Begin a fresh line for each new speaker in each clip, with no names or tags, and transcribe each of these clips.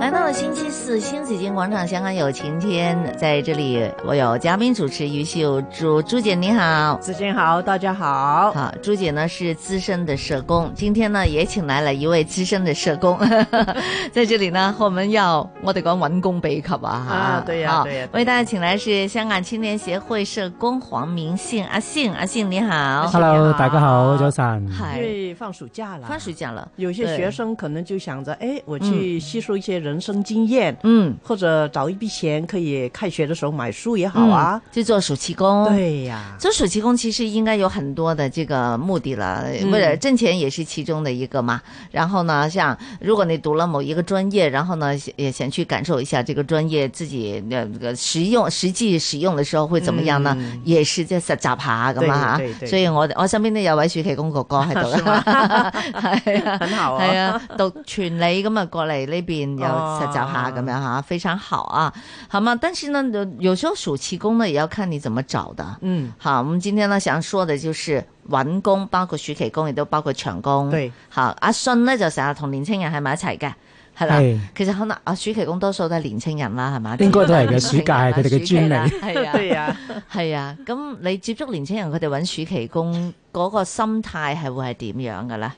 来到了星期四，新紫金广场，香港有晴天，在这里我有嘉宾主持于秀珠，朱姐你好。
子君好，大家好。
好，朱姐呢是资深的社工，今天呢也请来了一位资深的社工， 在这里呢我们要我哋讲揾工秘笈啊吓
啊对呀
好
对呀对呀
为大家请来是香港青年协会社工黄明信，阿信，阿信你好，
Hello，
你好
大家好，早晨。
因
嗨，
为放暑假了，
番薯讲了，
有些
对
学生可能就想着，哎，我去吸收一些人生经验，
嗯，
或者找一笔钱，可以开学的时候买书也好啊。
嗯，就做暑期工，。
对呀、
做暑期工其实应该有很多的这个目的了，
嗯
为了挣钱也是其中的一个嘛。然后呢，像如果你读了某一个专业，然后呢也想去感受一下这个专业自己那个实用实际使用的时候会怎么样呢？
嗯
也是即係實習下咁啊
對對對
所以我我身邊都有位暑期工哥哥喺 度啦， 係啊。
很好
系
啊。
啊，读全理咁啊，过嚟呢边又
哦
实习下咁样吓，非常好啊，好嘛。但是呢，有有时候暑期工呢，也要看你怎么找的。
嗯，
好，我们今天呢想说的就是揾工，包括暑期工，亦都包括長工。
對，
好，阿信呢就成日同年青人喺埋一齊嘅，係啦。
係
其實可能啊，暑期工多數都係年青人啦，係嘛？
應該都係嘅
年青人啦
暑假係佢哋嘅專利
暑期啦 係啊，
对呀、
係啊。咁你接觸年青人，佢哋揾暑期工嗰個心態係會係點樣嘅咧？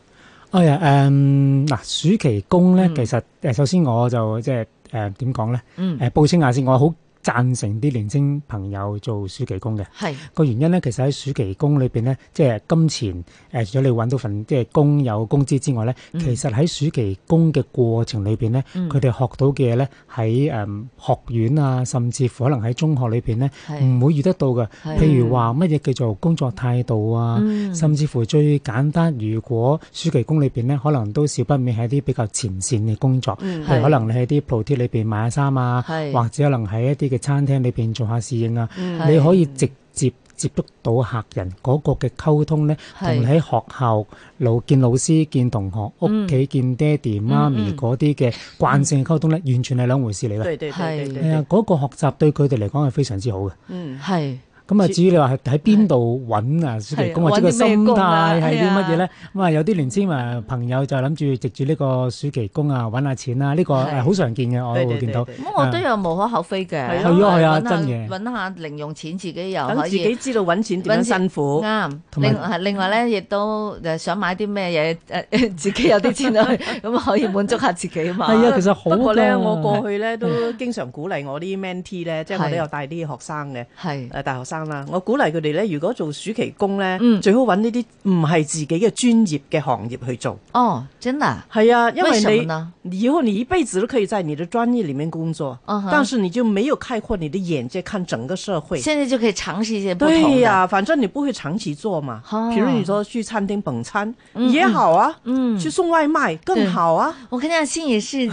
哎呀，誒嗱，暑期工咧，
嗯
其實誒首先我就即係誒點講咧？
嗯，
誒報稱下先，我好贊成啲年青朋友做暑期工嘅。
係
個原因咧，其實喺暑期工裏邊咧，即係金錢誒、除咗你揾到份即係工有工資之外咧，
嗯
其實喺暑期工嘅過程裏邊咧，
嗯
佢哋、學到嘅嘢咧，喺誒、學院啊，甚至乎可能喺中學裏邊咧，
係
唔會遇得到嘅。
係
嗯譬如話乜嘢叫做工作態度啊，
嗯
甚至乎最簡單，如果暑期工裏邊咧，可能都少不免係一啲比較前線嘅工作，
嗯
譬
係
如可能你喺啲鋪貼裏邊買下衫啊，
係
或者可能喺一啲嘅餐廳裏邊做下侍應啊，
嗯
係
你可以直接接觸到客人嗰個嘅溝通咧，同
係
你喺學校老見老師、見同學、
嗯
屋企見爹哋媽咪
嗯
嗰啲嘅慣性嘅溝通咧，完全係兩回事嚟嘅。
对对
係
对对
係
对，
啊，嗰個學習對佢哋嚟講係非常之好嘅。
嗯，
係
咁啊，
至
至於你話係喺邊度揾啊暑期工
係啊
或者個
揾啲
心
咩工啊
態係啲乜嘢
係
咧？咁啊，有啲年青人朋友就諗住藉住呢個暑期工啊揾下錢啊，呢個
係
誒好常見嘅，我
对
會
对
見
对
到。
对，
咁我都有無可厚非嘅，
係
咯啊係啊
揾下
真嘅
揾下零用錢自己又
等
可
自
以
己。知道揾錢點樣
搵錢
辛苦。
啱，
同埋
另外另外咧，亦都誒想買啲咩嘢誒， 自己有啲錢去，咁可以滿足下自己嘛。
係啊，其實好
不過咧，
㗎
我過去 咧都經常鼓勵我啲 mentee 咧，即係我
係
都有帶啲學生嘅。呃
係
誒大學生啦，我鼓勵佢哋咧，如果做暑期工咧，
嗯
最好揾呢啲唔係自己嘅專業嘅行業去做。
哦，真的啊，
係啊，因
為什麼
為
呢
你以後你一輩子都可以在你的專業裡面工作，
嗯哼
但是你就沒有开阔你的眼界，看整個社會。
現在就可以嘗試一些不同
對呀、
的。
反正你不會長期做嘛。
哦
譬如你說去餐廳捧餐、
嗯
也好啊，
嗯
去送外賣更好啊。
我看见信也是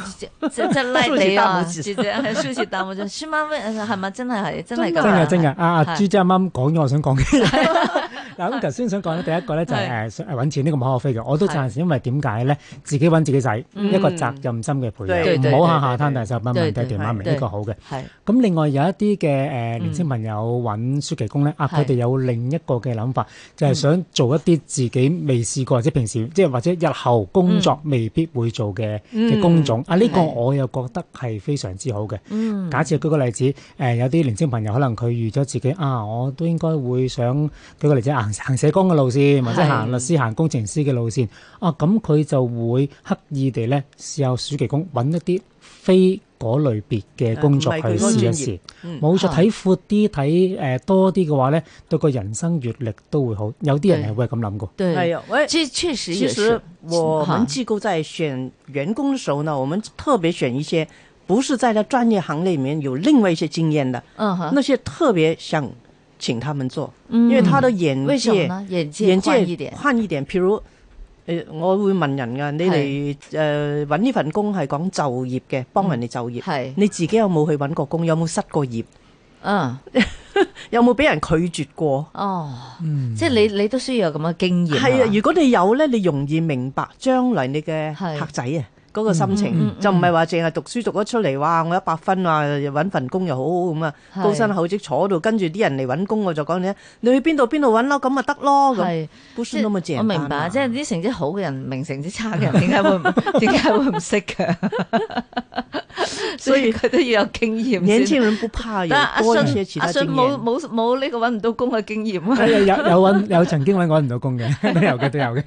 在在賴你啊，
豎
就
起
這樣豎起大拇指，是嗎？喂係咪真係係真係咁
真
啊？
嘅真嘅，阿阿
係
朱姐啱啱講咗我想講嘅嘢。 嗱咁頭先想講咧，第一個咧就係
係
誒想誒揾錢呢個無可厚非嘅，我都贊成，因為點解咧？自己揾自己使，一個責任心嘅培
對
對
養，唔好下下
對
攤
對
大手問
對
問爹
對
哋媽咪，
對
呢個好嘅。
係
咁另外有一啲嘅誒年青朋友揾暑期工咧，啊
係
佢哋有另一個嘅諗法，就係想做一啲自己未試過，或者平時即係或者日後工作未必會做嘅嘅工種。啊呢個
係
我又覺得係非常之好嘅。
嗯
假設舉個例子，誒、有啲年青朋友可能佢預咗自己啊，我都應該會想舉個例子行行社工嘅路線，或者
係
行律師、行工程師嘅路線啊，咁佢就會刻意地咧試下暑期工，揾一啲非嗰類別嘅工作
唔係
去
佢嗰個
試一
專業
試
嗯，
冇錯，
嚇
睇闊啲，睇誒多啲嘅話咧，對個人生閲歷都會好。有啲人係會係咁諗嘅。
對，
哎呀，喂，
這確實
其
也
实
是。
我
哈
们机构在选员工的时候呢，我们特别选一些不是在他专业行列里面有另外一些经验的，
嗯哼，
那些特别想请他们做，
嗯
因为他的眼
為什麼
界
呢？眼界
眼
寬一
界
點，
宽一点。譬如，诶、我會問人噶，你嚟诶搵呢份工係講就業嘅，幫人哋就業。
係
你自己有冇去搵過工？有冇失過業？
嗯，
有冇俾人拒絕過？
哦，即係你你都需要有咁嘅經驗。
係啊，如果你有咧，你容易明白將來你嘅
係
客仔啊嗰個心情，
嗯嗯嗯
就唔係話淨係讀書讀咗出嚟，哇！我一百分啊，揾份工又好好咁啊，
係
高薪厚職坐喺度，跟住啲人嚟揾工，我就講你，你去邊度邊度揾咯，咁咪得咯咁。
係
不
即
是
係
那麼簡單啊
我明白，即係啲成績好嘅人明成績差嘅人，點 解會唔點解會唔識嘅？所以佢都要有經
年
驗先
輕。人不怕有
但阿
多一些其
信
他
阿
經
信冇
驗。
冇冇呢個揾唔到工嘅經驗 啊！
有有有揾 有曾經揾揾唔到工嘅， 都有嘅都有嘅。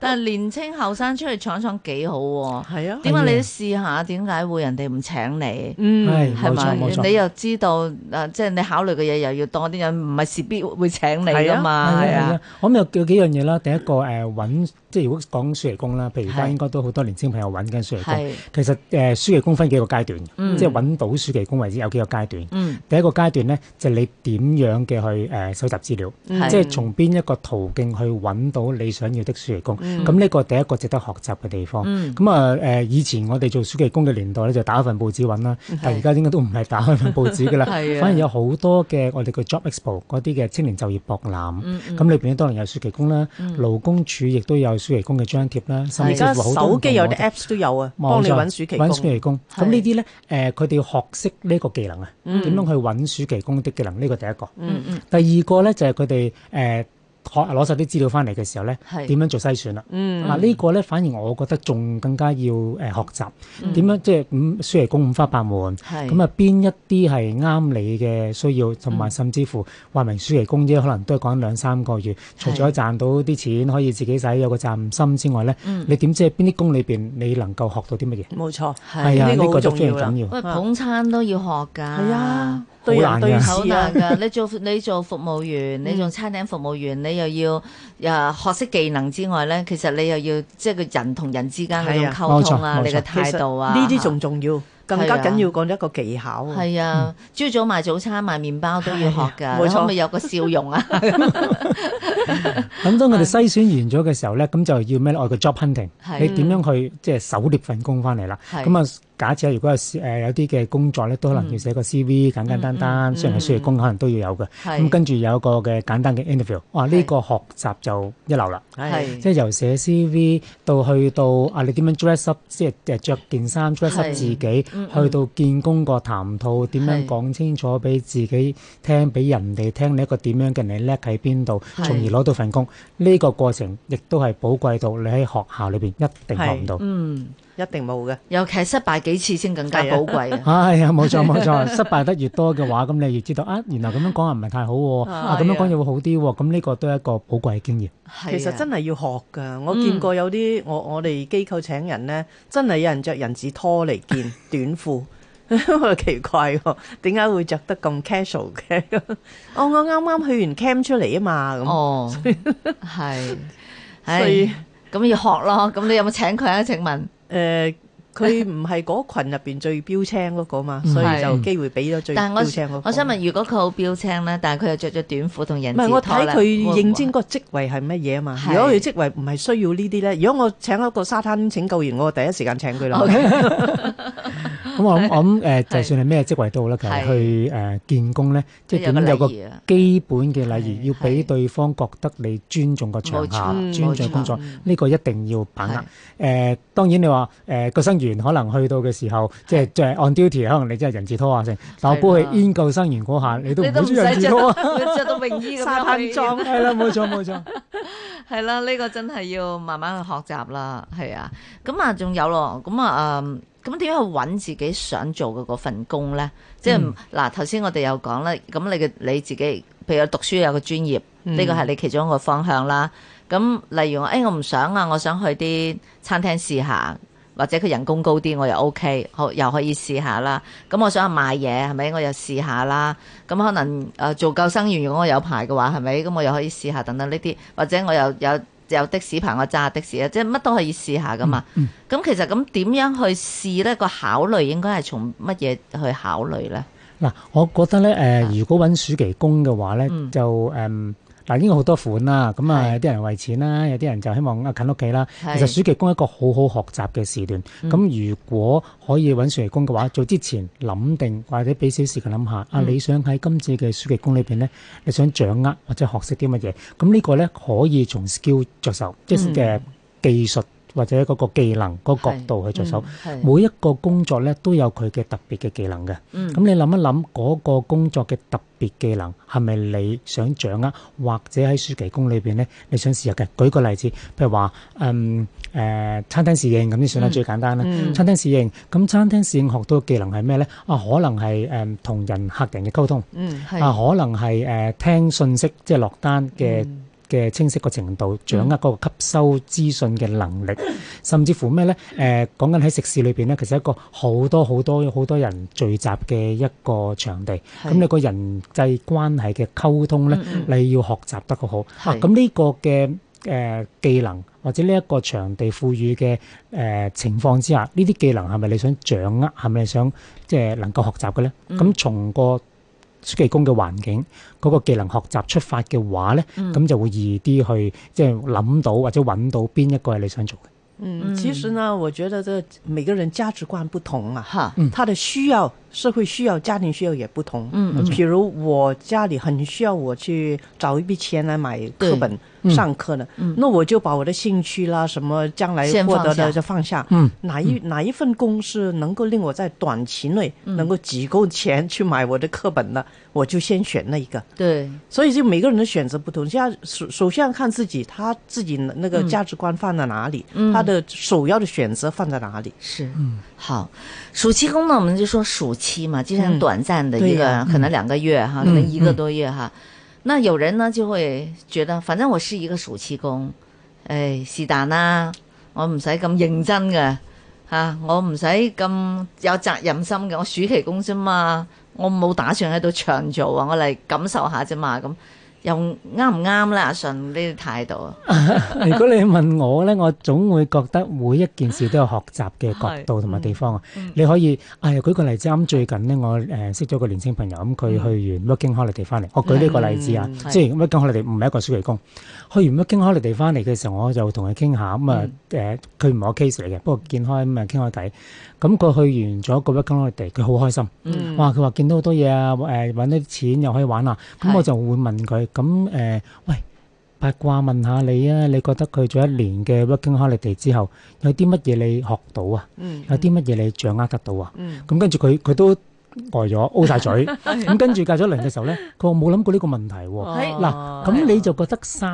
但係年青後生出去闖闖幾好喎。
係啊，
點解你都試下？點解會人哋唔請你？
係
嗯，
係
冇
嘛
錯冇？錯
你又知道啊，即係你考慮嘅嘢又要多啲，人唔係事必會請你噶嘛？係
係
啊，，
我諗有有幾樣嘢啦。第一個誒揾，即係如果講暑期工啦，譬如而家
係
應該都好多年青朋友揾緊暑期工。
啊
係，
其實誒暑期工分幾個階段，
嗯
即係揾到暑期工為止有幾個階段。
嗯，
第一個階段咧，就係你點樣嘅去誒搜集資料，
係
即係從邊一個途徑去揾到你想要的暑期工。
嗯
咁呢個第一個值得學習嘅地方。
嗯
咁啊誒，以前我哋做暑期工嘅年代咧，就打開份報紙揾啦，
嗯
但係而家應該都唔係打開份報紙㗎 啦，
係啊
反而有好多嘅我哋嘅 Job Expo 嗰啲嘅青年就業博覽。
嗯嗯
咁裏邊咧當然有暑期工啦，勞工處亦都有暑期工嘅張貼啦，
嗯
甚
而
至
家
乎好多
手機有
唔
啲
同嘅
Apps 都有啊，
網
幫你
站
揾暑期
揾暑
工。
期工，
係
咁呢啲咧誒，佢哋要學識呢個技能啊，
嗯
點樣去揾暑期工的技能？呢個第一個。
嗯嗯，
第二個咧就係佢哋誒學攞晒啲資料翻嚟嘅時候咧，
係
點樣做篩選啦？
嗯
嗱呢個咧反而我覺得仲更加要誒學
嗯
習點樣，即係五暑期工五花八門。
嗯係
咁啊，邊一啲係啱你嘅需要，同
嗯
埋甚至乎話明暑期工啫，可能都係講兩三個月。除咗賺到啲錢可以自己使，有個責任心之外咧，
嗯
你點知係邊啲工裏邊你能夠學到啲乜嘢？
冇錯，
係啊，
呢個
呢
好
個都
重
非
要
常
啦。
緊要。
喂，捧餐都要學㗎，
係
係
啊，對人
好難㗎
對
好
事啊嗯
難。㗎， 你做你做服務員，你做餐廳服務員，你又要誒學識技能之外咧，其實你又要即係個人同人之間嗰種
係啊
溝通啊，
冇錯
你嘅
冇錯
其實
態度啊，
呢啲仲重要，更
係
加
啊
緊要講一個技巧啊。
係啊，朝早賣早餐賣麵包都要學
係啊
㗎，
冇錯
你可唔可以有個笑容啊？
咁當我哋篩選完咗嘅時候咧，咁就要咩咧？我哋嘅 job hunting，
係
你點樣去即係狩獵份工翻嚟啦？
係
咁啊，假設如果有誒有啲嘅工作咧，都可能要寫個 CV，簡簡單單，雖然係暑期工，可能都要有嘅。
係
咁跟住有一個嘅簡單嘅 interview，哇！呢
係
個學習就一流啦。
係
即係由寫 CV 到去到啊，你點樣 dress up，即係誒著件衫 dress up
係嗯
自己，去到見工個談吐，點
係
樣講清楚俾自己聽，俾人哋聽你一個點樣嘅人，你叻喺邊度，
係
從而攞到份工。呢個過程亦都係寶貴到你喺學校裏邊一定學唔到。
嗯，
一定冇嘅。
尤其係失敗幾次先更加
係啊
寶貴啊！
係 啊，冇錯冇錯，失敗得越多嘅話，咁你越知道啊，原來咁樣講又唔係太好喎，啊咁樣講又會好啲喎，咁呢個都係一個寶貴嘅經驗。
係 啊嗯
其實真係要學㗎，我見過有啲我我哋機構請人呢，真係有人着人字拖嚟 見短褲，我奇怪喎，點解會着得咁 casual 嘅？ 哦，我啱啱去完 camp 出嚟啊嘛，咁
哦，係，
所以
係咁要學咯。咁你有冇請佢啊？請問？
誒，呃佢唔係嗰群入邊最標青嗰個嘛，所以
係
就機會俾咗最
嗯但
標
係
青嗰
我
個。
我想問，如果佢好標青咧，但係佢又着咗短褲同人
唔
字
係，我
拖
睇佢
咧會啊唔
認
會
真個職位係乜嘢啊嘛。
係
如果佢職位唔係需要呢啲咧，如果我請一個沙灘拯救員，我第一時間請佢啦。
咁我 諗，我諗誒，就算係咩職位都好啦，其
係
實去誒見工咧，即係點
都有
有
個
個
禮儀啊
基本嘅禮儀，要俾
係
對方覺得你尊重個場
冇
合
錯、
尊
冇
重
錯嗯
工作，呢個一定要把
係
握。誒，當然你話誒救生員可能去到嘅時候，即係即係 on duty，可能你真係人字拖啊成，但我
係
估佢
啦
in 救生員嗰下，你都
你
唔
都
會
唔
知
使
人字
着
拖啊。
到，着到泳衣咁
沙灘裝
樣去。
係啦，冇錯冇錯。
係啦，呢個真係要慢慢去學習啦。係啊，咁啊，仲有咯，咁啊，嗯咁點樣去揾自己想做嘅嗰份工咧？即係嗱，頭先我哋有講啦，咁你嘅你自己，譬如讀書有個專業，呢個係你其中一個方向啦。咁例如我，誒、我唔想啊，我想去啲餐廳試下，或者佢人工高啲，我又 OK，好又可以試下啦。咁我想賣嘢係咪？我又試下啦。咁可能誒、呃做救生員，如果我有牌嘅話，係咪？咁我又可以試下等等呢啲，或者我又有有的士牌，我揸下的士啊，即係乜都可以試下噶嘛。
嗯
咁、其實咁點樣去試呢？個考慮應該係從乜嘢去考慮呢？啊
嗱，我覺得咧，誒、如果揾暑期工嘅話咧，就誒、嗱，應該好多款啦。咁
嗯
啊，
係
有啲人為錢啦，有啲人就希望啊近屋企啦。其
係嗯
實暑期工係一個好好學習嘅時段。咁如果可以揾暑期工嘅話，做之前諗定或者俾少時間諗下，
嗯
啊，你想喺今次嘅暑期工裏邊咧，你想掌握或者學識啲乜嘢？咁呢個咧可以從 skill 着手，即
嗯
係嘅技術或者嗰個技能嗰個角度去着
嗯
手。
係
每一個工作咧都有佢嘅特別嘅技能嘅。咁、
嗯
你諗一諗嗰個工作嘅特別技能係咪你想掌握，或者喺暑期工裏邊咧你想試下嘅？舉個例子，譬如話嗯誒、餐廳侍應咁先算啦，最簡單啦。餐廳侍應咁餐廳侍應學到嘅技能係咩咧？啊，可能係誒同人客人嘅溝通。
嗯，
係
啊，可能係誒、呃、聽信息即係落單嘅嘅、清晰個程度，掌握嗰個吸收資訊嘅能力，甚至乎咩咧？誒、講緊喺食肆裏邊咧，其實一個好多好多好多人聚集嘅一個場地，咁你個人際關係嘅溝通咧，你要學習得好好。啊，
係
咁呢個嘅誒、呃技能或者呢一個場地賦予嘅誒、呃情況之下，呢啲技能係咪你想掌握？係咪你想即係能夠學習嘅咧？咁、從個暑期工嘅環境嗰、個技能學習出發嘅話咧，咁、就會易啲去即係諗到或者揾到邊一個係你想做嘅。
嗯，其实呢，我觉得这每个人价值观不同啊，
哈，
嗯
他的需要、社会需要、家庭需要也不同。
嗯，
比如我家里很需要我去找一笔钱来买课本
嗯
上课呢，那我就把我的兴趣啦、什么将来
先
获得
放下
的就放下。
嗯
哪一哪一份工是能够令我在短期内
嗯
能够挤够钱去买我的课本的，我就先选那一个。
對，
所以就每个人的选择不同，价首首先要看自己，他自己那那个
嗯
价值观放在哪里，他的首要的选择放在哪里。
是，
嗯
好，暑期工呢，我们就说暑期嘛，就
嗯
像短暂的一
对
个，
呀
可能两个月哈，可能一个多月
嗯
哈。那有人呢就会觉得，反正我是一个暑期工，诶是但啦，我唔使咁認真嘅吓、啊我唔使咁有責任心嘅，我暑期工啫嘛，我冇打算喺度長做啊，我嚟感受下啫嘛，咁又啱唔啱咧？阿信呢啲態度啊，
如果你問我咧，我總會覺得每一件事都有學習嘅角度同埋地方啊。
嗯
你可以，哎呀，舉個例子，啱最近咧，我呃誒識咗個年青朋友，咁佢去完 working holiday 翻嚟，我舉呢個例子啊
嗯，
係
即係 working holiday 唔係一個暑期工，去完 working holiday 翻嚟嘅時候，我就同佢傾下，咁
嗯
啊誒，佢唔係我 case 嚟嘅，不過見開咁啊傾開偈，咁佢去完咗個 working holiday，佢好開心。
嗯
哇！佢話見到好多嘢啊，誒揾啲錢又可以玩啊，咁
係
我就會問佢，咁誒、喂，八卦問下你啊，你覺得佢做一年嘅 working holiday 之後，有啲乜嘢你學到啊？
嗯
有啲乜嘢你掌握得到啊？
嗯
咁跟住佢佢都呆咗，O 晒嘴，咁跟住隔咗兩嘅時候咧，佢話冇諗過呢個問題喎、
哎
係
嗱、咁你就覺得嘥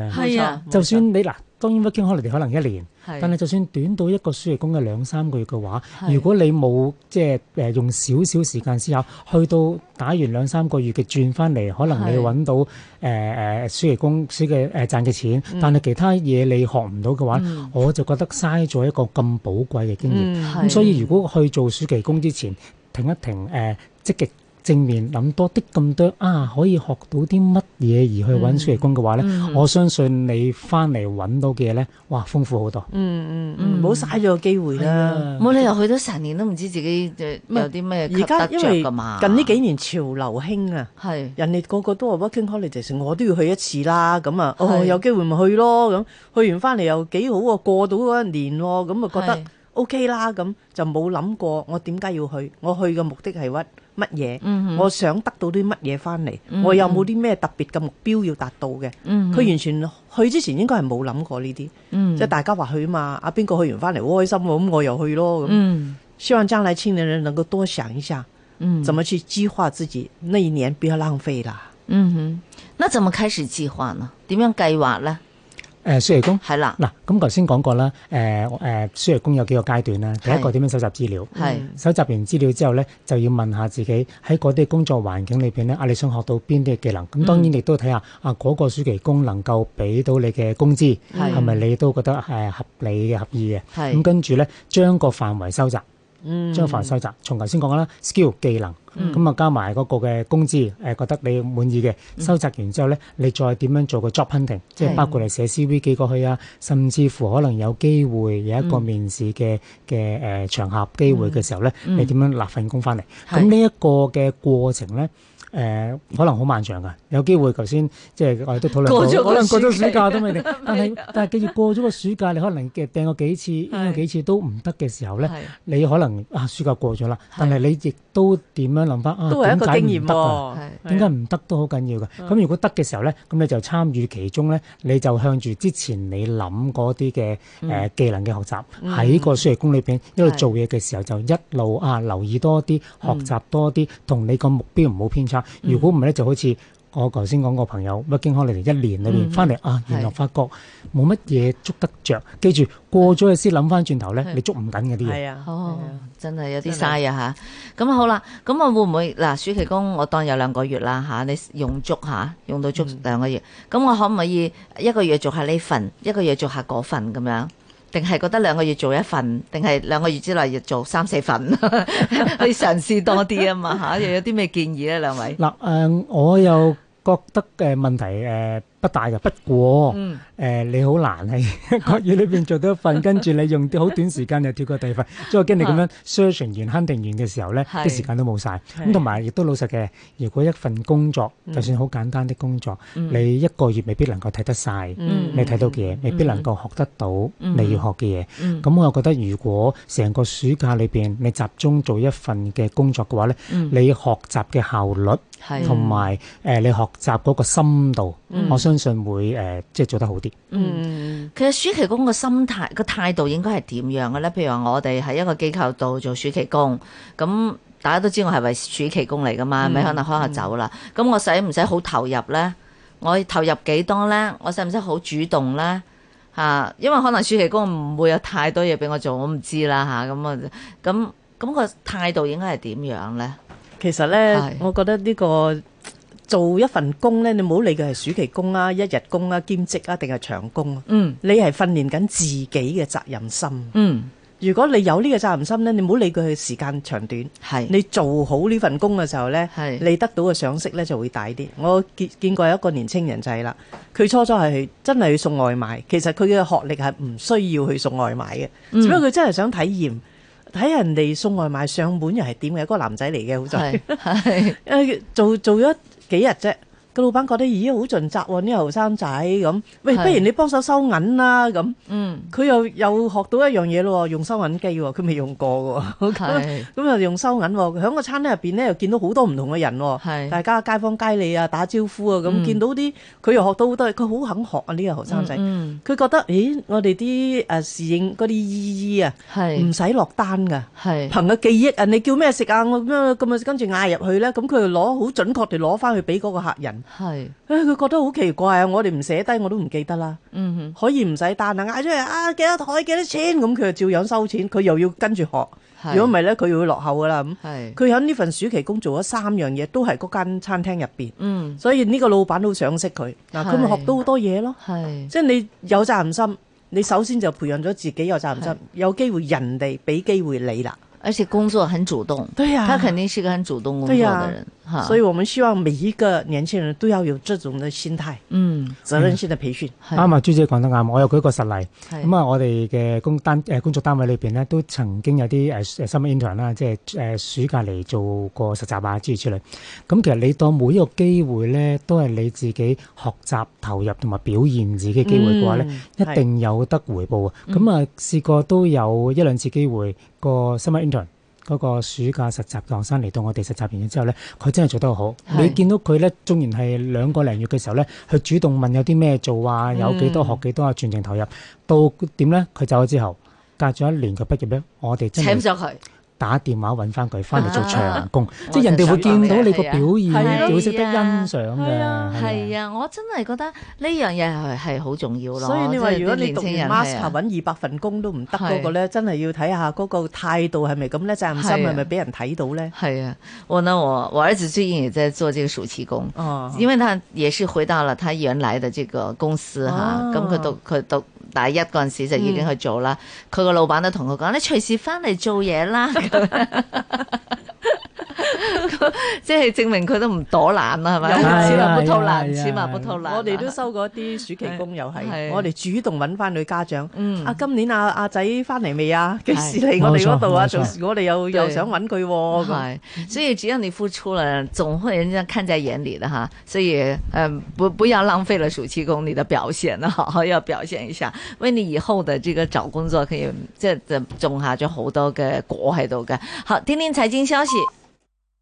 啊！
係啊，
就算你嗱，當然 working holiday 可能一年，
係
但係就算短到一個暑期工嘅兩三個月嘅話，
係
如果你冇即係誒用少少時間思考，去到打完兩三個月嘅轉翻嚟，可能你
係
揾到誒誒暑期工暑嘅誒賺嘅錢，但係其他嘢你學唔到嘅話，
嗯
我就覺得嘥咗一個咁寶貴嘅經
嗯
驗。
係
咁所以如果去做暑期工之前，停一停，誒、呃積極正面諗多啲咁多啊，可以學到啲乜嘢而去揾暑期工嘅話咧，我相信你翻嚟揾到嘅嘢咧，哇，豐富好多。嗯
嗯嗯嗯，唔好嘥咗個機會啦。
冇理由去到成年都唔知自己呃有啲咩
嗯而家因為
為嘛？
近呢幾年潮流興啊。
係
人哋個個都話 working holidays，我都要去一次啦，咁啊，哦
係
有機會咪去咯，咁去完翻嚟又幾好喎，過到嗰一年喎，咁啊覺
係
得 OK 啦，咁就冇諗過我點解要去，我去嘅目的係乜乜嘢，
嗯
我想得到啲乜嘢翻嚟，我有冇啲咩特別嘅目標要達到嘅，佢、
嗯
完全去之前應該係冇諗過呢啲，即係大家話去啊嘛，啊邊個去完翻嚟好開心喎，咁我又去咯，咁、
嗯
希望將來青年人能夠多想一下，
嗯
怎麼去計劃自己那一年，不要浪費啦。
嗯哼，那怎麼開始計劃呢？點樣計劃呢？
誒呃暑期工。
係啦，
嗱，咁頭先講過啦，誒誒暑期工有幾個階段啦。第一個
係
點樣搜集資料，
係
嗯
搜集完資料之後咧，就要問下自己喺嗰啲工作環境裏邊咧，啊你想學到邊啲嘅技能？咁當
嗯
然亦都睇下啊嗰個暑期工能夠俾到你嘅工資
係
係咪你都覺得係合理嘅、合意嘅？
係
咁跟住咧，將個範圍收窄。
嗯
將範圍收窄，從頭先講啦，skill 技能，咁啊加埋嗰個嘅工資，誒覺得你滿意嘅，收集完之後咧，你再點樣做個 job hunting，即
係
係包括你寫 CV 寄過去啊，甚至乎可能有機會有一個面試嘅嘅誒場合機會嘅時候咧，你點樣立份工翻嚟？
係
咁呢一個嘅過程咧。誒、誒可能好漫長㗎，有機會頭先即係我哋都討論
過咗
到，
個
可能過咗暑假都
暑
未定。但係但係記住過咗個暑假，你可能嘅掟過幾次，應過幾次都唔得嘅時候咧，
係
你可能啊暑假過咗啦，但係你亦都點樣諗翻啊？
都係一個
點解
經
唔
驗
得啊
喎。嗯
係
點解唔得都好緊要嘅。咁如果得嘅時候咧，咁你就參與其中咧，你就向住之前你諗嗰啲嘅
嗯
誒技能嘅學習，喺個暑期工裏邊一路
係
做嘢嘅時候，就一路啊留意多啲，學習多
嗯
啲，同你個目標唔好偏差。如果唔係咧，就好似。我頭先講個朋友 working holiday 一年裏
嗯
邊翻嚟啊，原
係
來發覺冇乜嘢捉得着。記住過咗去先諗翻轉頭咧
係，
你捉唔緊嗰啲嘢。
係啊，
哦，真係有啲
真係
嘥啊吓，咁好啦，咁我會唔會嗱暑期工我當有兩個月啦吓，你用足吓，用到
嗯
足兩個月，咁、我可唔可以一個月做下呢份，一個月做下嗰份咁樣？定係覺得兩個月做一份，定係兩個月之內要做三四份， 去嘗試多啲啊嘛吓，又有啲咩建議咧？兩位，
嗱誒，我又覺得誒問題誒不大嘅，不過。
嗯，
誒、你好難 喺國語裏邊做到一份，跟住你用啲好短時間就跳 過第二份，所以我驚你咁樣 searching 完、肯定完嘅時候咧，
係
啲時間都冇晒。
係
咁同埋亦都老實嘅，如果一份工作，就算好簡單的工作，你一個月未必能夠睇得晒，
嗯
你睇到嘅嘢，未必能夠學得到
嗯
你要學嘅嘢。
嗯
咁、我又覺得，如果成個暑假裏邊你集中做一份嘅工作嘅話咧，
嗯
你學習嘅效率。
係嗯
同埋誒你學習嗰個深度，我相信會誒、呃即係做得好啲。
嗯，
其實暑期工個心態、個態度應該係點樣嘅咧？譬如話我哋喺一個機構度做暑期工，咁大家都知我係為暑期工嚟噶嘛，咪可能開下酒啦。咁、我使唔使好投入咧？我投入幾多咧？我使唔使好主動咧？嚇、因為可能暑期工唔會有太多嘢俾我做，我唔知啦嚇。咁啊，咁咁個態度應該係點樣咧？
其實咧
係，
我覺得呢、個做一份工咧，你唔好理佢係暑期工啊、一日工啊、兼職啊，定係長工啊，
嗯
你係訓練緊自己嘅責任心。
嗯，
如果你有呢個責任心咧，你唔好理佢係時間長短。
係
你做好呢份工嘅時候呢，
係
你得到嘅賞識呢就會大啲。我見見過有一個年青人就係啦，佢初初係真係去送外賣，其實佢嘅學歷係唔需要去送外賣嘅，只不過佢真係想體驗睇人哋送外賣上門又係點嘅。嗰、個男仔嚟嘅，好在
係係
誒 做做咗幾日啫。個老闆覺得咦好盡責喎，呢個後生仔咁，喂，不
係
如你幫手收銀啦咁。
嗯
佢又又學到一樣嘢咯喎，用收銀機喎，佢未用過喎。
係
咁又用收銀喎，喺個餐廳入邊咧又見到好多唔同嘅人
係
喎，大家街坊街里啊打招呼啊，咁、
嗯
見到啲佢又學到好多嘢，佢好肯學啊呢、個後生仔，佢、
嗯
覺得咦我哋啲誒侍應嗰啲姨姨啊唔
係
使落單㗎。
係
憑個記憶啊，你叫咩食啊？我咁樣咁啊，跟住嗌入去咧，咁佢就攞好準確地攞翻去俾嗰個客人。
係
唉、佢覺得好奇怪啊！我哋唔寫低，我都唔記得啦。
嗯哼。
可以唔使單啊，嗌出嚟啊幾多台幾多錢，咁佢就照樣收錢，佢又要跟住學。
係
如果唔係咧，佢會落後噶啦咁。
係
佢喺呢份暑期工做咗三樣嘢，都係嗰間餐廳入邊，
嗯
所以呢個老闆都好賞識佢。嗱，佢咪
係
學到好多嘢咯。
係
即係你有責任心，你首先就培養咗自己有責任
係
心，有機會人哋俾機會你啦。
而且工作很主动，
對呀
他肯定是一个很主动工作的人哈、
啊所以我們希望每一個年輕人都要有這種的心態，
嗯
責任心的培訓。
係
啱啊，朱姐講得啱，我又舉個實例。
係
咁啊，我哋嘅工單誒工作單位裏邊咧，都曾經有啲誒誒 summer intern 啦，即係呃誒暑假嚟做過實習啊，諸如此類。咁其實你當每一個機會咧，都係你自己學習投入同埋表現自己嘅機會嘅話咧，
嗯
一定有得回報啊！
嗯
咁啊，試過都有一兩次機會，個 summer intern。嗰個暑假實習嘅學生嚟到我哋實習完咗之後咧，佢真係做得好。
係
你見到佢咧，縱然係兩個零月嘅時候咧，佢主動問有啲咩做
嗯
啊，有幾多學幾多啊，全程投入。到點咧？佢走咗之後，隔咗一年佢畢業咧，我哋真
請
係
咗佢，
打電話揾翻佢翻嚟做 長工，即
我
係人
就
哋會
想講
見到你
嘅
個
係啊
表
係
現，
啊
就會識得欣賞嘅。
係啊
係啊，我真係覺得呢樣嘢係係好重要咯。
所以你話
即係
如果
啲
你
年
讀
青
完
人
master
係啊
揾二百份工都唔得嗰個咧，真係要睇下嗰個態度係咪咁咧，責任心
係啊
係咪俾人睇到咧？
係啊，我呢我我兒子最近也在做這個暑期工。
哦，
因為他也是回到了他原來的這個公司吓，
哦
咁佢、讀佢讀大一嗰陣時就已經去做啦。佢個、老闆都同佢講：你隨時翻嚟做嘢啦。咁 即係證明佢都唔躲懶啦，係咪？
有
黐埋不
係啊
偷懶，
係啊
黐埋不偷懶。
我哋都收過一啲暑期工，又係
係
我哋主動揾翻女家長。
嗯
啊，今年啊阿仔翻嚟未啊？幾時嚟
係
我哋嗰度啊？
冇錯
做
冇錯
時我哋又
對
又想揾佢喎。咁
係，嗯所以只要你付出了，總會人家看在眼里的哈。所以，嗯，不不要浪費了暑期工你的表現啦，好好要表現一下，為你以後的這個找工作可以即係種下咗好多嘅果喺度嘅。好，聽聽財經消息。